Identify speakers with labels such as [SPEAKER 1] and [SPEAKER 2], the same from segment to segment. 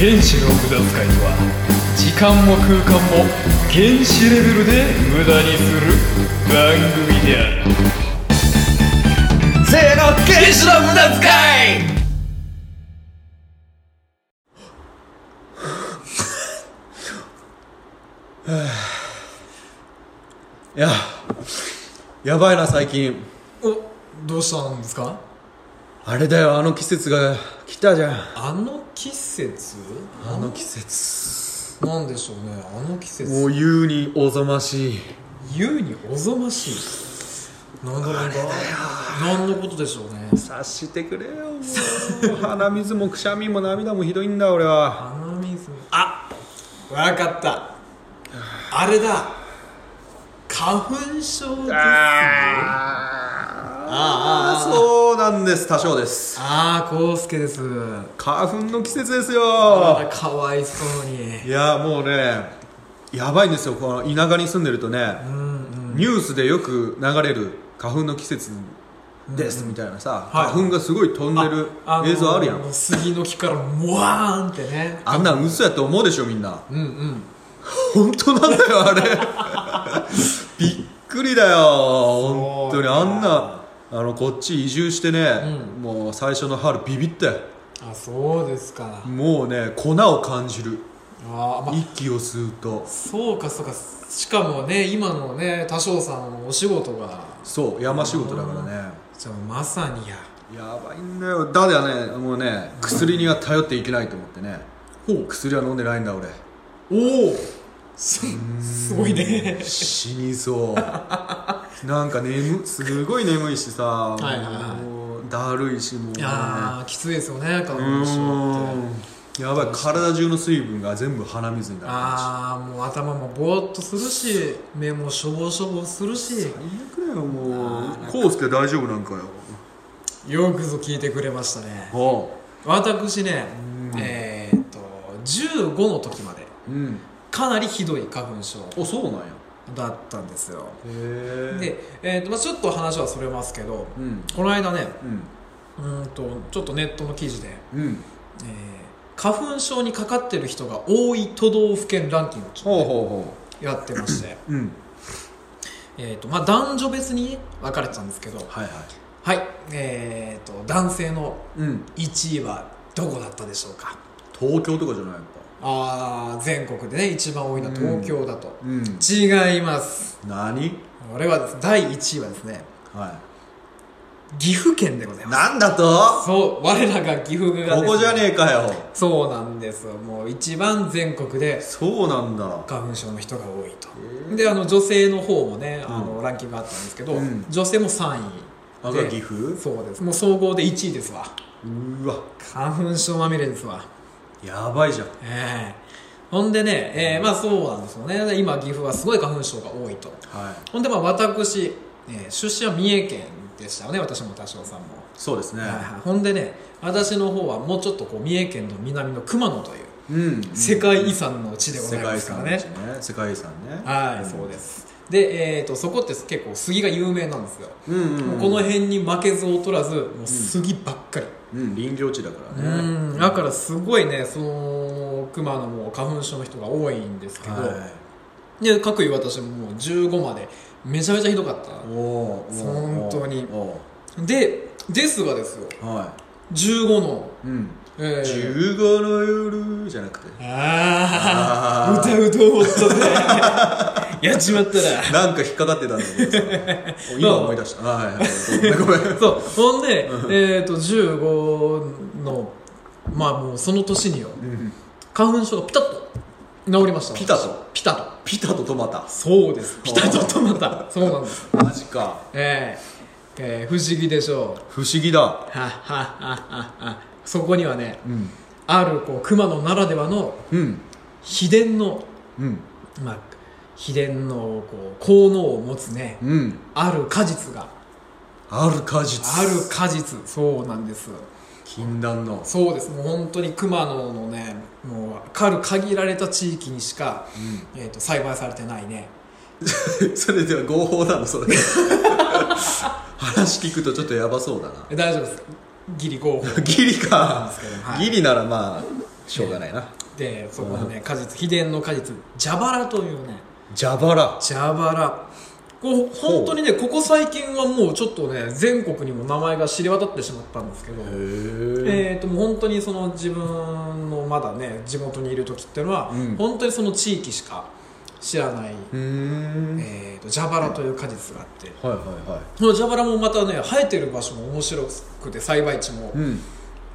[SPEAKER 1] 原子の無駄遣いとは時間も空間も原子レベルで無駄にする番組である
[SPEAKER 2] せーの原子の無駄遣いいややばいな最近
[SPEAKER 1] おどうしたんですか
[SPEAKER 2] あれだよあの季節が来たじゃん
[SPEAKER 1] あの季節
[SPEAKER 2] あの季節
[SPEAKER 1] なんでしょうねあの季
[SPEAKER 2] も
[SPEAKER 1] 節
[SPEAKER 2] う優におぞましい
[SPEAKER 1] 優におぞましいなんだなんだ何のことでしょうね
[SPEAKER 2] 察してくれよもう 鼻水もくしゃみも涙もひどいんだ俺は
[SPEAKER 1] 鼻水もあわかったあれだ花粉症ですよあ
[SPEAKER 2] ああそうなんです多少です
[SPEAKER 1] あー康介です
[SPEAKER 2] 花粉の季節です
[SPEAKER 1] あ
[SPEAKER 2] よ
[SPEAKER 1] らかわいそうに
[SPEAKER 2] いやもうねやばいんですよこの田舎に住んでるとね、ニュースでよく流れる花粉の季節ですみたいなさ、
[SPEAKER 1] はい
[SPEAKER 2] 花粉がすごい飛んでる
[SPEAKER 1] のー
[SPEAKER 2] 映像あるやん、
[SPEAKER 1] 杉の木からもわーんってね
[SPEAKER 2] あんなん嘘やと思うでしょみんな
[SPEAKER 1] うんうん
[SPEAKER 2] 本当なんだ よあれびっくりだよ本当にあんなあのこっち移住してね、もう最初の春ビビったよ
[SPEAKER 1] あそうですか
[SPEAKER 2] もうね粉を感じる
[SPEAKER 1] あー、まあ、
[SPEAKER 2] 息を吸うと
[SPEAKER 1] そうかそうかしかもね今のね多少さんのお仕事が
[SPEAKER 2] そう山仕事だからね
[SPEAKER 1] じゃあまさにや
[SPEAKER 2] やばいんだよだではねもうね薬には頼っていけないと思ってね、薬は飲んでないんだ俺
[SPEAKER 1] おおすすごいね
[SPEAKER 2] 死にそうなんか眠すごい眠いしさ
[SPEAKER 1] いはいはい
[SPEAKER 2] もうだるいしもうね
[SPEAKER 1] いやーきついですよね花粉
[SPEAKER 2] う
[SPEAKER 1] 症って
[SPEAKER 2] ーんやばい体中の水分が全部鼻水になる感
[SPEAKER 1] ああもう頭もぼーっとするし目もしょぼしょぼするし
[SPEAKER 2] じ最悪だよもうコースケ大丈夫なんかよ
[SPEAKER 1] よくぞ聞いてくれましたね
[SPEAKER 2] お
[SPEAKER 1] 私ねえーっと15の時まで
[SPEAKER 2] ううん
[SPEAKER 1] かなりひどい花粉症
[SPEAKER 2] おそうなんや
[SPEAKER 1] だったんですよ
[SPEAKER 2] へ
[SPEAKER 1] で、えーっとまあ、ちょっと話はそれますけど、
[SPEAKER 2] うん
[SPEAKER 1] この間ね
[SPEAKER 2] うん
[SPEAKER 1] うーんとちょっとネットの記事で、
[SPEAKER 2] うん
[SPEAKER 1] えー花粉症にかかってる人が多い都道府県ランキングをちょ
[SPEAKER 2] ほう
[SPEAKER 1] っ
[SPEAKER 2] ほ
[SPEAKER 1] とやってま して
[SPEAKER 2] うほううん
[SPEAKER 1] えーとまあ、男女別に分かれてたんですけど
[SPEAKER 2] はいはい
[SPEAKER 1] はいえー、と男性の
[SPEAKER 2] うん
[SPEAKER 1] 1位はどこだったでしょうか
[SPEAKER 2] 東京とかじゃないやっ
[SPEAKER 1] あー全国でね一番多いのは東京だと
[SPEAKER 2] ぱ、うん
[SPEAKER 1] 違います
[SPEAKER 2] 何
[SPEAKER 1] これはです第1位はですね
[SPEAKER 2] は
[SPEAKER 1] 岐阜県でござい
[SPEAKER 2] い
[SPEAKER 1] ます
[SPEAKER 2] なんだと
[SPEAKER 1] そう我らが岐阜がです
[SPEAKER 2] こ
[SPEAKER 1] ね
[SPEAKER 2] こじゃねえかよ
[SPEAKER 1] そうなんですもう一番全国で
[SPEAKER 2] そうなんだ
[SPEAKER 1] 花粉症の人が多いと
[SPEAKER 2] へー
[SPEAKER 1] であの女性の方もねあの、ランキングがあったんですけど、
[SPEAKER 2] うん
[SPEAKER 1] 女性も3
[SPEAKER 2] あ
[SPEAKER 1] 位
[SPEAKER 2] が
[SPEAKER 1] で
[SPEAKER 2] 岐阜
[SPEAKER 1] そうですもう総合で1位ですわ
[SPEAKER 2] うーわ
[SPEAKER 1] 花粉症まみれですわ
[SPEAKER 2] やばいじゃん
[SPEAKER 1] ええほんでね、ええまあそうなんですよねで今岐阜はすごい花粉症が多いと
[SPEAKER 2] はい
[SPEAKER 1] ほんでまあ私、えー出身は三重県でしたよね私も多少さんも、
[SPEAKER 2] そうですね
[SPEAKER 1] はいはいほんでね私の方はもうちょっとこう三重県の南の熊野という
[SPEAKER 2] うん
[SPEAKER 1] 世界遺産の地でござ
[SPEAKER 2] 世
[SPEAKER 1] い
[SPEAKER 2] 界
[SPEAKER 1] ま
[SPEAKER 2] 遺
[SPEAKER 1] すか
[SPEAKER 2] 産
[SPEAKER 1] ら
[SPEAKER 2] だ
[SPEAKER 1] ね
[SPEAKER 2] しね世界遺産ね
[SPEAKER 1] はいそうですで、えー、とそこって結構杉が有名なんですよ、
[SPEAKER 2] うんうんうん
[SPEAKER 1] もうこの辺に負けず劣らずもう杉ばっかり、
[SPEAKER 2] うん臨場地だからね
[SPEAKER 1] うんだからすごいねその熊野も花粉症の人が多いんですけど、
[SPEAKER 2] は
[SPEAKER 1] で各位私ももう15までめちゃめちゃひどかっ
[SPEAKER 2] いおーおー
[SPEAKER 1] 本当に
[SPEAKER 2] お
[SPEAKER 1] たでですがですよ
[SPEAKER 2] ーは
[SPEAKER 1] 15の、
[SPEAKER 2] いうん
[SPEAKER 1] えー、
[SPEAKER 2] 十五の夜じゃな くて
[SPEAKER 1] ああ
[SPEAKER 2] あ
[SPEAKER 1] 歌うと思っ たねやっちまったら
[SPEAKER 2] ーなんか引っかかってたんだけどさお今思い出したはいはいごめんごめん
[SPEAKER 1] そうほんで、えー、と15のまあもうその年によ花粉症がピタッと治りました
[SPEAKER 2] ピタと
[SPEAKER 1] ピタと
[SPEAKER 2] ピタとトマタ
[SPEAKER 1] そうですピタッと止まった そうなんです
[SPEAKER 2] マジか
[SPEAKER 1] えー、えー、不思議でしょう
[SPEAKER 2] 不思議だ
[SPEAKER 1] はっはっはっはっはそこにはね、
[SPEAKER 2] うん
[SPEAKER 1] あるこう熊野ならではの
[SPEAKER 2] うん
[SPEAKER 1] 秘伝の
[SPEAKER 2] うん
[SPEAKER 1] まあ秘伝のこう効能を持つね、
[SPEAKER 2] うん
[SPEAKER 1] ある果実が
[SPEAKER 2] ある果実
[SPEAKER 1] ある果実そうなんです
[SPEAKER 2] 禁断の
[SPEAKER 1] そうですもう本当に熊野のねもうかる限られた地域にしか、えー、と栽培されてないね
[SPEAKER 2] それでは合法なのそれ 話聞くとちょっとやばそうだな
[SPEAKER 1] え大丈夫ですギリ合法
[SPEAKER 2] ギリか
[SPEAKER 1] ですけどはい
[SPEAKER 2] ギリならまあしょうがないな
[SPEAKER 1] でそこのね果実秘伝の果実蛇腹というね
[SPEAKER 2] 蛇腹
[SPEAKER 1] 蛇腹こう本当にねここ最近はもうちょっとね全国にも名前が知れ渡ってしまったんですけど
[SPEAKER 2] へえ
[SPEAKER 1] えー、ともう本当にその自分のまだね地元にいる時っていうのは、
[SPEAKER 2] うん
[SPEAKER 1] 本当にその地域しか知らない、
[SPEAKER 2] うーん
[SPEAKER 1] えー、と蛇腹という果実があって
[SPEAKER 2] はいはいは
[SPEAKER 1] この蛇腹もまたね生えてる場所も面白くて栽培地も、
[SPEAKER 2] いうん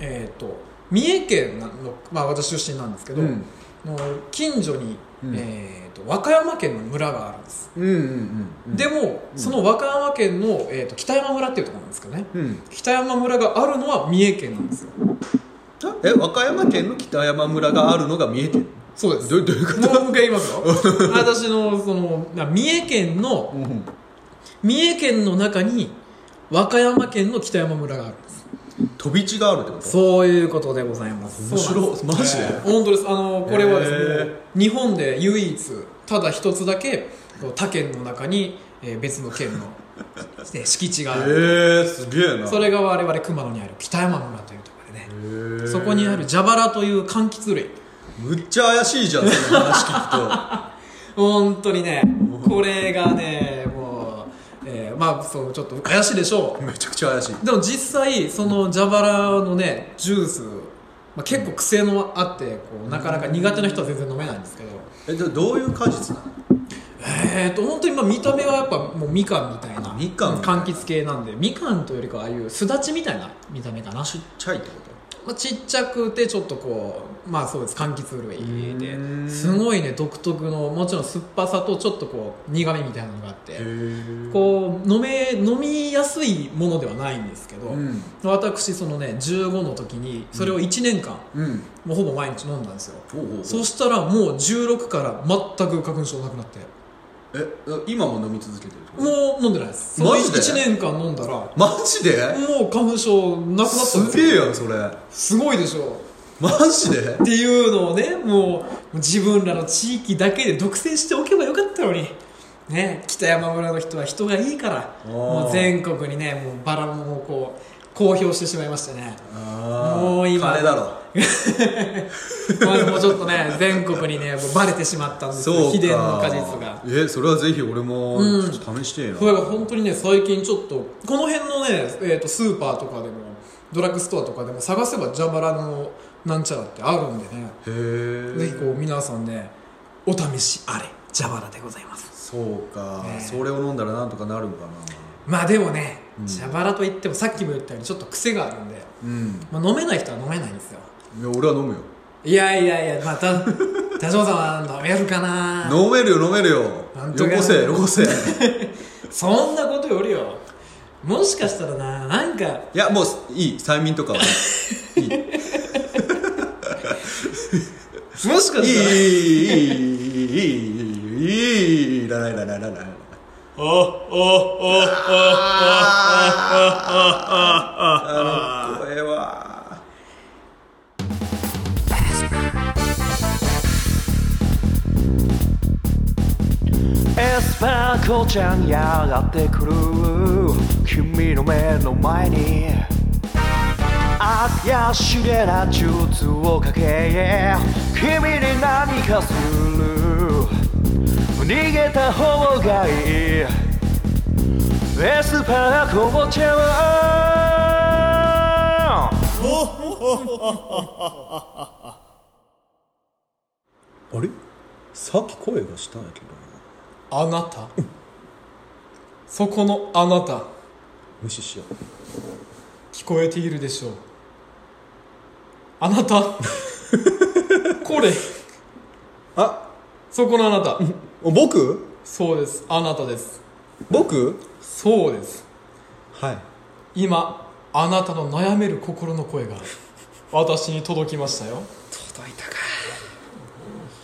[SPEAKER 1] えー、と三重県なの、まあ、私出身なんですけど、
[SPEAKER 2] うん
[SPEAKER 1] の近所に、
[SPEAKER 2] うん
[SPEAKER 1] えー、と和歌山県の村があるんです、
[SPEAKER 2] うんうんうん
[SPEAKER 1] でもその和歌山県の、えー、と北山村っていうところなんですけどね
[SPEAKER 2] うん
[SPEAKER 1] 北山村があるのは三重県なんですよ
[SPEAKER 2] え和歌山県の北山村があるのが三重県
[SPEAKER 1] そうです
[SPEAKER 2] どうどういうこ
[SPEAKER 1] もうもう一回言い ますよ私のそのな三重県の
[SPEAKER 2] と、うん、
[SPEAKER 1] 三重県の中に和歌山県の北山村があるんです
[SPEAKER 2] 飛び地があるってこと
[SPEAKER 1] そういうことでございます
[SPEAKER 2] 面白い
[SPEAKER 1] い
[SPEAKER 2] マジで、
[SPEAKER 1] 本当ですあのこれはですね
[SPEAKER 2] へ、ー
[SPEAKER 1] 日本で唯一ただ一つだけ他県の中に、えー別の県の、えー敷地がある、
[SPEAKER 2] えー、すげえな
[SPEAKER 1] それが我々熊野にある北山村というところでね
[SPEAKER 2] へ、ー
[SPEAKER 1] そこにある蛇腹という柑橘類
[SPEAKER 2] むっちゃ怪しいじゃんその話聞く
[SPEAKER 1] 本当にねこれがねもう、えーまあそのちょっと怪しいでしょ
[SPEAKER 2] とめちゃくちゃ怪しいう
[SPEAKER 1] でも実際その蛇腹のねジュース、まあ、結構癖のあってこうなかなか苦手な人は全然飲めないんですけど
[SPEAKER 2] えじゃあどういう果実なの
[SPEAKER 1] えーと本当にまあ見た目はやっぱもうみかんみたいな
[SPEAKER 2] みかん
[SPEAKER 1] うん柑橘系なんでみかんというよりかはああいうすだちみたいな見た目かな、
[SPEAKER 2] ちっちゃいってこ
[SPEAKER 1] まあ、ちっちゃくてちょっとこうまあそうです柑橘類
[SPEAKER 2] うー
[SPEAKER 1] で
[SPEAKER 2] ん
[SPEAKER 1] すごいね独特のもちろん酸っぱさとちょっとこう苦味みたいなのがあって
[SPEAKER 2] とえ
[SPEAKER 1] こう飲め飲みやすいものではないんですけど、
[SPEAKER 2] うん
[SPEAKER 1] 私そのね15の時にそれを1年間、
[SPEAKER 2] うん
[SPEAKER 1] もうほぼ毎日飲んだんですよ
[SPEAKER 2] おうおうおう
[SPEAKER 1] そしたらもう16から全く花粉症なくなって
[SPEAKER 2] え今も飲み続けてるってこと
[SPEAKER 1] もう飲んでないです
[SPEAKER 2] マジで
[SPEAKER 1] 1年間飲んだらも
[SPEAKER 2] マジで
[SPEAKER 1] う花粉症なくなったんですよ
[SPEAKER 2] すげえやんそれ
[SPEAKER 1] すごいでしょ
[SPEAKER 2] マジで
[SPEAKER 1] っていうのをねもう自分らの地域だけで独占しておけばよかったのにね北山村の人は人がいいから
[SPEAKER 2] あー
[SPEAKER 1] もう全国にねもうバラもこう公表してしまいましてね
[SPEAKER 2] あー
[SPEAKER 1] もう今
[SPEAKER 2] 金だろ
[SPEAKER 1] まずもうちょっとね全国にねもうバレてしまったんです
[SPEAKER 2] そう
[SPEAKER 1] よ
[SPEAKER 2] か
[SPEAKER 1] 秘伝の果実が
[SPEAKER 2] えそれはぜひ俺も
[SPEAKER 1] うん
[SPEAKER 2] ちょっと試してえな
[SPEAKER 1] それが本当にね最近ちょっとこの辺のね、えー、とスーパーとかでもドラッグストアとかでも探せば蛇腹のなんちゃらってあるんでね、
[SPEAKER 2] へえ
[SPEAKER 1] ぜひこう皆さんねお試しあれ蛇腹でございます
[SPEAKER 2] そうか、
[SPEAKER 1] ねえ
[SPEAKER 2] それを飲んだらなんとかなるんかな
[SPEAKER 1] まあでもね、
[SPEAKER 2] うん
[SPEAKER 1] 蛇腹といってもさっきも言ったようにちょっと癖があるんで、
[SPEAKER 2] うん
[SPEAKER 1] まあ、飲めない人は飲めないんですよ
[SPEAKER 2] いや俺は飲むよ
[SPEAKER 1] いやいやいやま た田島さんは飲めるかな
[SPEAKER 2] 飲めるよ飲めるよ
[SPEAKER 1] なんと
[SPEAKER 2] よ
[SPEAKER 1] か
[SPEAKER 2] こせよこせい
[SPEAKER 1] そんなことよりよもしかしたらななんか
[SPEAKER 2] やもういい催眠とかはいいいい
[SPEAKER 1] もしか
[SPEAKER 2] いい
[SPEAKER 1] したら
[SPEAKER 2] いいいいいいいいいいいいいらないいらないいらない
[SPEAKER 1] おおお
[SPEAKER 2] あの声は
[SPEAKER 3] エスパーコちゃんやがってくる君の目の前に怪しげな術をかけ君に何かする逃げた方がいいエスパーコちゃんは
[SPEAKER 2] あれさっき声がしたんやけど
[SPEAKER 1] あなたそこのあなた
[SPEAKER 2] 無視しよう
[SPEAKER 1] 聞こえているでしょうあな たこれ
[SPEAKER 2] あ
[SPEAKER 1] そこのあなた
[SPEAKER 2] 僕
[SPEAKER 1] そうですあなたです
[SPEAKER 2] 僕
[SPEAKER 1] そうです
[SPEAKER 2] はい
[SPEAKER 1] 今あなたの悩める心の声が私に届きましたよ
[SPEAKER 2] 届いたか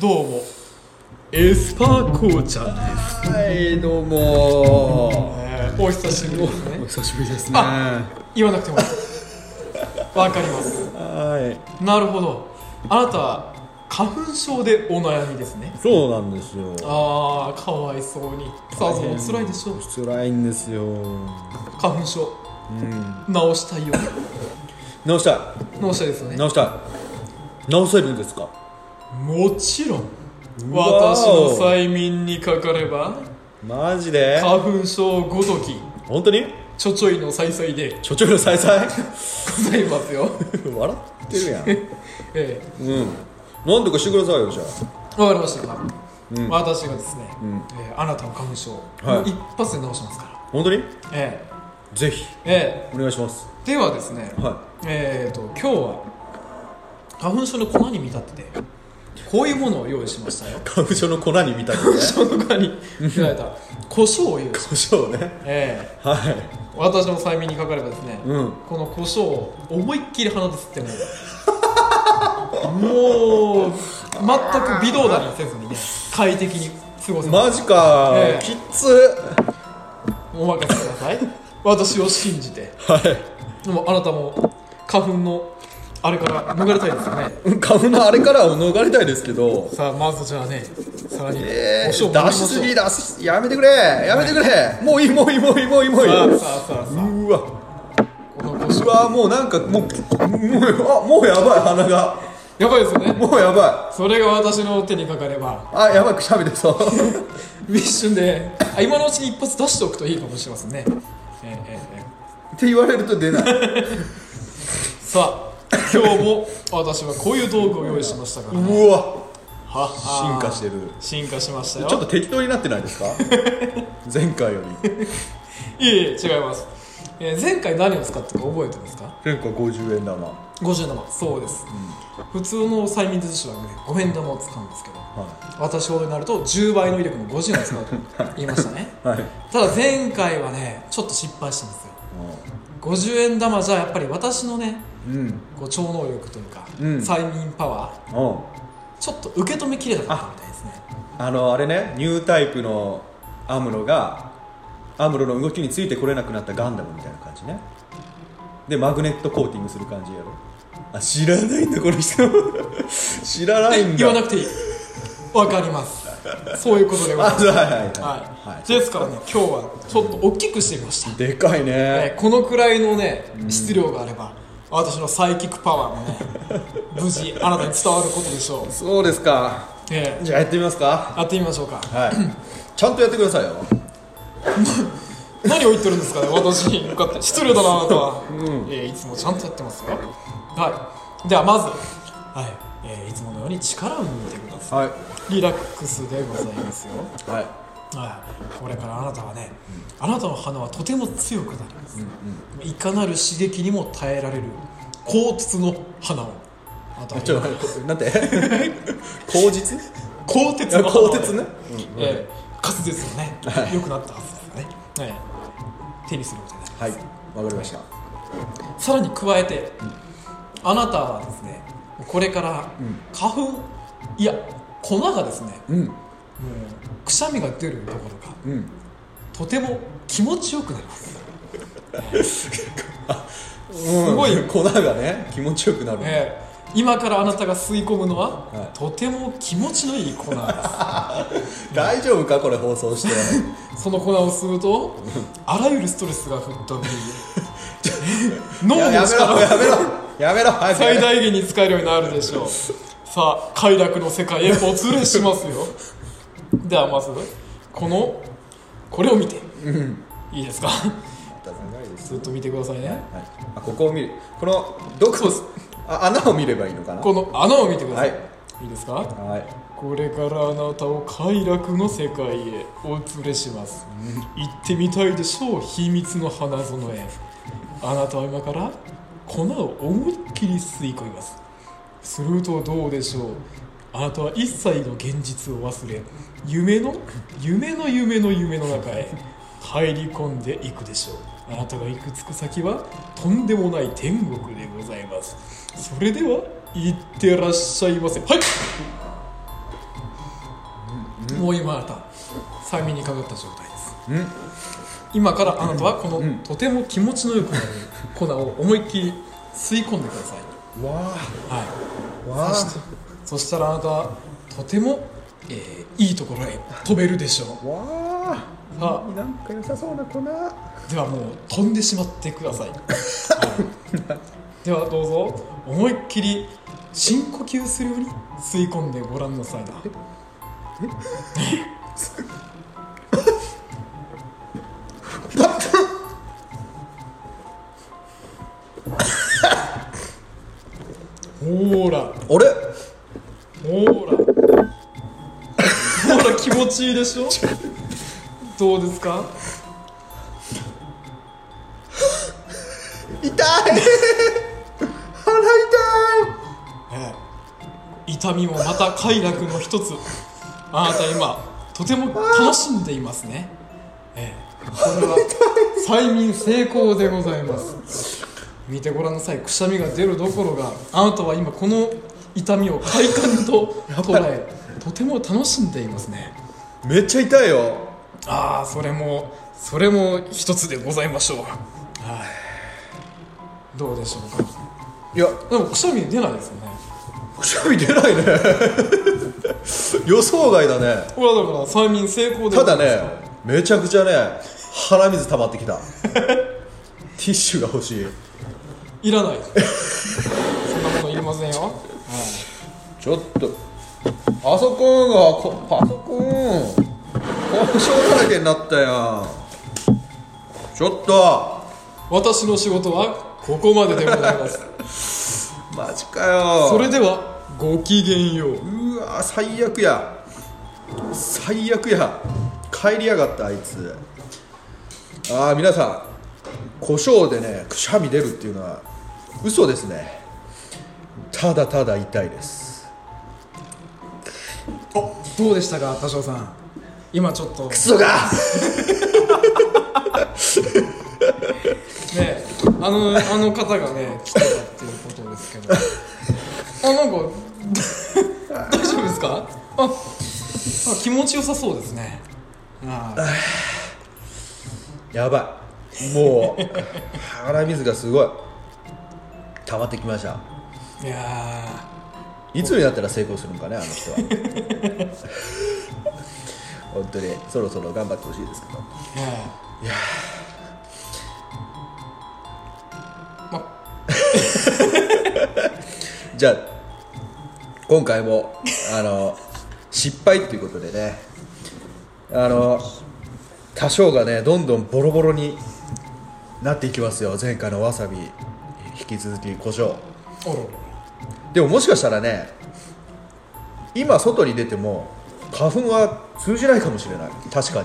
[SPEAKER 1] どうもエスパー紅茶です
[SPEAKER 2] はいどうも
[SPEAKER 1] お久しぶりですね
[SPEAKER 2] 久しぶりですね
[SPEAKER 1] 言わなくてもいいわかります
[SPEAKER 2] はい
[SPEAKER 1] なるほどあなたは花粉症でお悩みですね
[SPEAKER 2] そうなんですよ
[SPEAKER 1] ああかわいそうにさぞおつらいでしょう
[SPEAKER 2] 辛いんですよ
[SPEAKER 1] 花粉症
[SPEAKER 2] うん
[SPEAKER 1] 治したいよ
[SPEAKER 2] 直した
[SPEAKER 1] 治したいですよね
[SPEAKER 2] 直した直せるんですか
[SPEAKER 1] もちろん
[SPEAKER 2] うわ
[SPEAKER 1] 私
[SPEAKER 2] お
[SPEAKER 1] の催眠にかかれば
[SPEAKER 2] マジで
[SPEAKER 1] 花粉症ごとき
[SPEAKER 2] 本当に
[SPEAKER 1] ちょちょいの再々で
[SPEAKER 2] ちょちょいの再々
[SPEAKER 1] ございま すよ
[SPEAKER 2] 笑ってるやん
[SPEAKER 1] え
[SPEAKER 2] うんなんとかしてくださいよじゃ
[SPEAKER 1] えわかりましたか、私がですね、えーあなたの花粉症、
[SPEAKER 2] はい
[SPEAKER 1] もう一発で治しますか
[SPEAKER 2] あ本当に
[SPEAKER 1] らえ
[SPEAKER 2] ぜひ
[SPEAKER 1] ええ
[SPEAKER 2] お願いします
[SPEAKER 1] えではですね、
[SPEAKER 2] は
[SPEAKER 1] えっ、と今日は花粉症の粉に見立ててこういうものを用意しましたよ
[SPEAKER 2] い花粉症の粉に見たりね
[SPEAKER 1] その粉に見られた胡椒を用意しました
[SPEAKER 2] 胡椒ね
[SPEAKER 1] ええ
[SPEAKER 2] はい
[SPEAKER 1] 私の催眠にかかればですね、
[SPEAKER 2] うん
[SPEAKER 1] この胡椒を思いっきり鼻で吸っても もうもう全く微動だにせずにね快適に過ごせま
[SPEAKER 2] マジ
[SPEAKER 1] す
[SPEAKER 2] か、
[SPEAKER 1] ええ
[SPEAKER 2] きっつ
[SPEAKER 1] お任せください私を信じて
[SPEAKER 2] は
[SPEAKER 1] でもあなたも花粉のあれから逃れたいですよね
[SPEAKER 2] い花粉のあれからは逃れたいですけど
[SPEAKER 1] さあまずじゃあねさらに
[SPEAKER 2] え
[SPEAKER 1] 胡椒
[SPEAKER 2] ー、
[SPEAKER 1] をかけま
[SPEAKER 2] 出
[SPEAKER 1] しょ
[SPEAKER 2] し
[SPEAKER 1] う
[SPEAKER 2] すぎ出しすぎやめてくれやめてくれ、もういいもういいもういいもういいもういい
[SPEAKER 1] さあさあ
[SPEAKER 2] う
[SPEAKER 1] さあさ
[SPEAKER 2] ーわ
[SPEAKER 1] あこの胡
[SPEAKER 2] う
[SPEAKER 1] 椒
[SPEAKER 2] わもうなんかもうもうあもうやばい鼻が
[SPEAKER 1] やばいですよね
[SPEAKER 2] もうやば
[SPEAKER 1] それが私の手にかかれば
[SPEAKER 2] いあやばいくしゃみ出そう
[SPEAKER 1] 一瞬であ今のうちに一発出しておくといいかもしれませんね、ええええええ
[SPEAKER 2] って言われると出ない
[SPEAKER 1] さあ今日も私はこういう道具を用意しましたから、ね、
[SPEAKER 2] うわ
[SPEAKER 1] は
[SPEAKER 2] 進化してる
[SPEAKER 1] 進化しましたよ
[SPEAKER 2] ちょっと適当になってないですか前回より
[SPEAKER 1] いえいえ違います、えー前回何を使ったか覚えてますか
[SPEAKER 2] 前回50円玉は
[SPEAKER 1] 50玉そうです、普通の催眠術師はね5円玉を使うんですけど私ほどになると10倍の威力の50円を 使うと言いましたね
[SPEAKER 2] い、はい、
[SPEAKER 1] ただ前回はねちょっと失敗したんですよ50円玉じゃやっぱり私のね
[SPEAKER 2] うん
[SPEAKER 1] こう超能力というか、
[SPEAKER 2] うん
[SPEAKER 1] 催眠パワー
[SPEAKER 2] うん
[SPEAKER 1] ちょっと受け止めきれなかったみたいですね
[SPEAKER 2] あのあれねニュータイプのアムロがアムロの動きについてこれなくなったガンダムみたいな感じねでマグネットコーティングする感じやろあ知らないんだこの人知らないん
[SPEAKER 1] え
[SPEAKER 2] だ
[SPEAKER 1] 言わなくていいわかりますそういうことでござい
[SPEAKER 2] あは
[SPEAKER 1] ま
[SPEAKER 2] い
[SPEAKER 1] す
[SPEAKER 2] はいはい、
[SPEAKER 1] はい、
[SPEAKER 2] はい
[SPEAKER 1] ですからね今日はちょっと大きくしてみました、
[SPEAKER 2] でかいね、
[SPEAKER 1] えこのくらいのね質量があれば、私のサイキックパワーもね 無事あなたに伝わることでしょう、
[SPEAKER 2] そうですか
[SPEAKER 1] え
[SPEAKER 2] じゃあやってみますか
[SPEAKER 1] やってみましょうか
[SPEAKER 2] はいちゃんとやってくださいよ
[SPEAKER 1] 何を言ってるんですかね私に向かって失礼だなあなたは、えーいつもちゃんとやってますよはいではまず、はいえーいつものように力を抜いてくださ
[SPEAKER 2] はい
[SPEAKER 1] リラックスでございますよ
[SPEAKER 2] いはい
[SPEAKER 1] はいこれからあなたはね、あなたの鼻はとても強くなります、いかなる刺激にも耐えられる硬筒の鼻をあなたは
[SPEAKER 2] ちょっと待ってなん て口実
[SPEAKER 1] 鋼鉄
[SPEAKER 2] あ
[SPEAKER 1] の
[SPEAKER 2] 鋼鉄ね、
[SPEAKER 1] ええ滑舌もね、良くなったはずですよね、ええ手にすることになります
[SPEAKER 2] はいわかりました
[SPEAKER 1] さらに加えて、あなたはですねこれから花粉、いや粉がですね
[SPEAKER 2] うん
[SPEAKER 1] くしゃみが出るどころか
[SPEAKER 2] うん
[SPEAKER 1] とても気持ちよくなり ます、すごい
[SPEAKER 2] うん粉がね気持ちよくなる、
[SPEAKER 1] ええ今からあなたが吸い込むのは、
[SPEAKER 2] はい
[SPEAKER 1] とても気持ちのいい粉です
[SPEAKER 2] 大丈夫かこれ放送して
[SPEAKER 1] その粉を吸うとあらゆるストレスが吹っ 飛び脳
[SPEAKER 2] いややめ
[SPEAKER 1] の
[SPEAKER 2] ろ
[SPEAKER 1] 力
[SPEAKER 2] や
[SPEAKER 1] を
[SPEAKER 2] めろやめろ早く
[SPEAKER 1] 最大限に使えるようになるでしょうさあ快楽の世界へ没入しますよではまずこのこれを見て、いいですか
[SPEAKER 2] 長いです
[SPEAKER 1] ずっと見てくださいね
[SPEAKER 2] はい、あここを見るこのどこあ穴を見ればいいのかな
[SPEAKER 1] この穴を見てください、、
[SPEAKER 2] はい
[SPEAKER 1] いですか
[SPEAKER 2] はい
[SPEAKER 1] これからあなたを快楽の世界へお連れします行ってみたいでしょう秘密の花園へあなたは今から粉を思いっきり吸い込みますするとどうでしょうあなたは一切の現実を忘れ夢の夢の夢の夢の中へ入り込んでいくでしょうあなたが行くつく先はとんでもない天国でございますそれでは行ってらっしゃいませはいもう今あなた催眠にかかった状態です
[SPEAKER 2] うん
[SPEAKER 1] 今からあなたはこの、とても気持ちのよくなる粉を思いっきり吸い込んでください、
[SPEAKER 2] わ
[SPEAKER 1] は
[SPEAKER 2] あわあ
[SPEAKER 1] い、そしたらあなたはとても、えーいいところへ飛べるでしょう
[SPEAKER 2] わ
[SPEAKER 1] さ
[SPEAKER 2] あなんか良さそうな粉は
[SPEAKER 1] あではもう飛んでしまってください、はいではどうぞ思いっきり深呼吸するように吸い込んでごらんなさいだほーら
[SPEAKER 2] あれ
[SPEAKER 1] ほーらほら気持ちいいでしょどうですか
[SPEAKER 2] 痛い腹痛い
[SPEAKER 1] ええ痛みもまた快楽の一つあなた今とても楽しんでいますねええこれは催眠成功でございます見てごらんなさいくしゃみが出るどころがあなたは今この痛みを快感と捉えとても楽しんでいますね
[SPEAKER 2] めっちゃ痛いよ
[SPEAKER 1] ああそれもそれも一つでございましょうはいどうでしょうか
[SPEAKER 2] いや
[SPEAKER 1] でもくしゃみ出ないですよね
[SPEAKER 2] くしゃみ出ないね 予想外だね
[SPEAKER 1] これはだから催眠成功で
[SPEAKER 2] た
[SPEAKER 1] ござ
[SPEAKER 2] だ
[SPEAKER 1] います
[SPEAKER 2] ねめちゃくちゃね鼻水溜まってきた ティッシュが欲しい
[SPEAKER 1] いらないそんなものいりませんよ、はい
[SPEAKER 2] ちょっとパソコンがこパソコン故障だらけになったやんちょっと
[SPEAKER 1] 私の仕事はここまででございます
[SPEAKER 2] マジかよ
[SPEAKER 1] それではごきげんよう
[SPEAKER 2] うわ最悪や最悪や帰りやがったあいつああ皆さん胡椒でねくしゃみ出るっていうのは嘘ですねただただ痛いです
[SPEAKER 1] どうでしたか多少さん今ちょっとね
[SPEAKER 2] クソが
[SPEAKER 1] あのあの方がね来てたっていうことですけどあなんか 大丈夫ですかああ気持ちよさそうですねああ
[SPEAKER 2] やばいもう鼻水がすごい溜まってきました
[SPEAKER 1] いや
[SPEAKER 2] いつになったら成功するのかねあの人は本当にそろそろ頑張ってほしいですけど
[SPEAKER 1] ーいやーま
[SPEAKER 2] じゃあ今回も あの失敗っていうことでねあの多少がねどんどんボロボロになっていきますよ前回のわさび引き続き胡椒
[SPEAKER 1] おろ
[SPEAKER 2] でももしかしたらね今外に出ても花粉は通じないかもしれない確か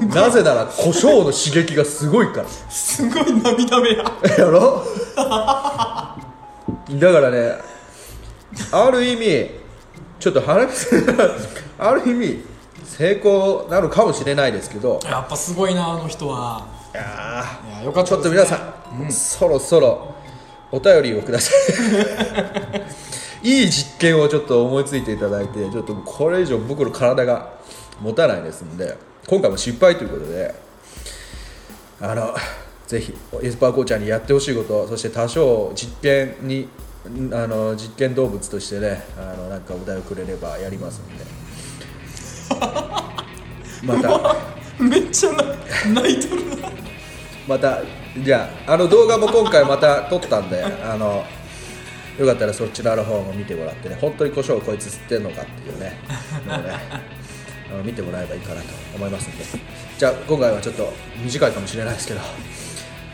[SPEAKER 2] になぜなら胡椒の刺激がすごいから
[SPEAKER 1] すごい涙目や
[SPEAKER 2] やろだからねある意味ちょっと鼻水 ある意味成功なのかもしれないですけど
[SPEAKER 1] やっぱすごいなあの人はい
[SPEAKER 2] や
[SPEAKER 1] いやよかっ
[SPEAKER 2] ーち
[SPEAKER 1] た
[SPEAKER 2] ょっ
[SPEAKER 1] です
[SPEAKER 2] と
[SPEAKER 1] ね
[SPEAKER 2] 皆さん、そろそろお便りをくださいいい実験をちょっと思いついていただいてちょっとこれ以上僕の体が持たないですので今回も失敗ということであのぜひエスパーコーチャーにやってほしいことそして多少実験にんあの実験動物としてねあのなんかお題をくれればやりますのでまた
[SPEAKER 1] めっちゃな泣いとるな
[SPEAKER 2] またじゃああの動画も今回また撮ったんで あのよかったらそちらの方も見てもらってね本当に胡椒をこいつ吸ってんのかっていう ねのをねあの見てもらえばいいかなと思いますんでじゃあ今回はちょっと短いかもしれないですけど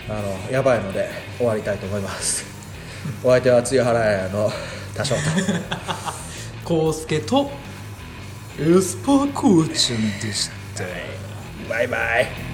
[SPEAKER 2] あのやばいので終わりたいと思い ますお相手は露原屋の多少と
[SPEAKER 1] コウスケとエスパーコーちゃんでした
[SPEAKER 2] バイバイ